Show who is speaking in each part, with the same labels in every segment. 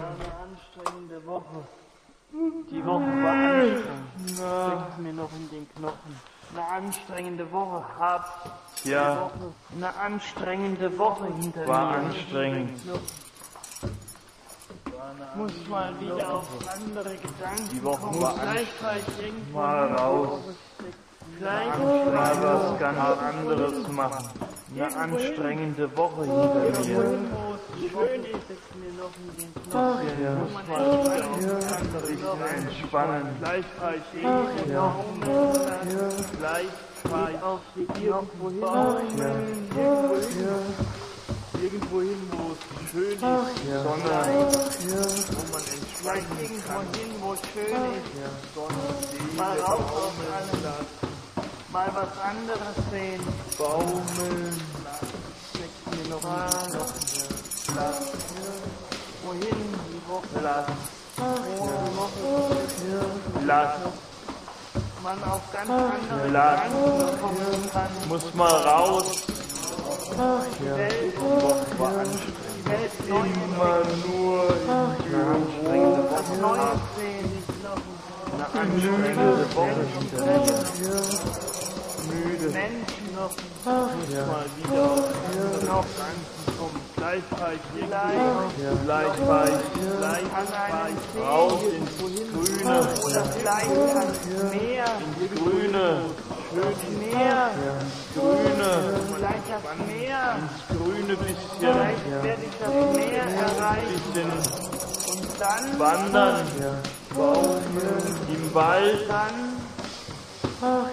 Speaker 1: anstrengende Woche. Die Woche war anstrengend. Steckt mir noch in den Knochen. Eine anstrengende Woche hab.
Speaker 2: Ja,
Speaker 1: Eine anstrengende Woche hinter
Speaker 2: war
Speaker 1: mir.
Speaker 2: anstrengend.
Speaker 1: Muss mal wieder auf andere Gedanken Die
Speaker 2: Woche
Speaker 1: kommen.
Speaker 2: war
Speaker 1: Vielleicht war ich irgendwo
Speaker 2: Mal raus,
Speaker 1: vielleicht
Speaker 2: mal was ganz anderes machen. Eine anstrengende Woche hinter mir.
Speaker 1: schön ist es mir noch in den Knochen.
Speaker 2: Ja, ich entspannen.
Speaker 1: Vielleicht war ich irgendwo Vielleicht war ich auf die irgendwo hin. Irgendwo hin. Irgendwo hin, wo es schön ist.
Speaker 2: Sonne,
Speaker 1: Vielleicht irgendwo hin, wo es schön ist. Mal raus aus allem. Mal was anderes sehen.
Speaker 2: Baumeln.
Speaker 1: Steckt mir noch ein Wohin die Woche?
Speaker 2: Lass,
Speaker 1: Wo die Woche?
Speaker 2: lass,
Speaker 1: Man auf ganz andere
Speaker 2: Lass.
Speaker 1: Gedanken kommen kann.
Speaker 2: muss mal raus.
Speaker 1: Welt,
Speaker 2: War anstrengend.
Speaker 1: die Welt neu
Speaker 2: Immer nur im Büro.
Speaker 1: Neues sehen.
Speaker 2: Eine anstrengende Woche hinter mir. Müde,
Speaker 1: Menschen noch
Speaker 2: mal wieder.
Speaker 1: noch anzukommen. Vielleicht war ich vielleicht
Speaker 2: Gleich war ich
Speaker 1: vielleicht an einem See
Speaker 2: raus ins Grüne,
Speaker 1: oder vielleicht ans Meer,
Speaker 2: Grüne,
Speaker 1: schönes Meer,
Speaker 2: Grüne.
Speaker 1: vielleicht das Meer,
Speaker 2: grüne bisschen,
Speaker 1: vielleicht werde ich das Meer erreichen
Speaker 2: bisschen
Speaker 1: und dann,
Speaker 2: wandern, im Wald,
Speaker 1: dann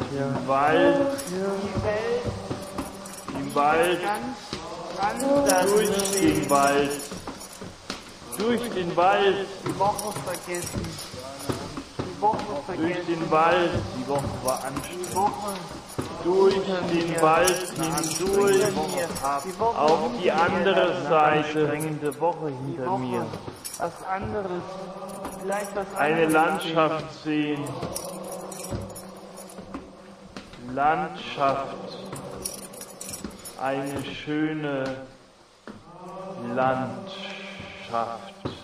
Speaker 2: im Wald,
Speaker 1: die Welt
Speaker 2: im Wald,
Speaker 1: ganz anders
Speaker 2: durch den Wald, durch den Wald,
Speaker 1: die Woche vergessen. Die Woche
Speaker 2: durch
Speaker 1: vergessen.
Speaker 2: den Wald, die Woche war anstrengend,
Speaker 1: Die Woche
Speaker 2: durch den Wald hindurch,
Speaker 1: hinter mir. Die Woche
Speaker 2: auf die
Speaker 1: hinter mir.
Speaker 2: andere Seite, drängende Woche
Speaker 1: Die
Speaker 2: hinter
Speaker 1: Woche
Speaker 2: mir,
Speaker 1: was anderes. Vielleicht was anderes.
Speaker 2: eine Landschaft sehen, Landschaft, eine schöne Landschaft.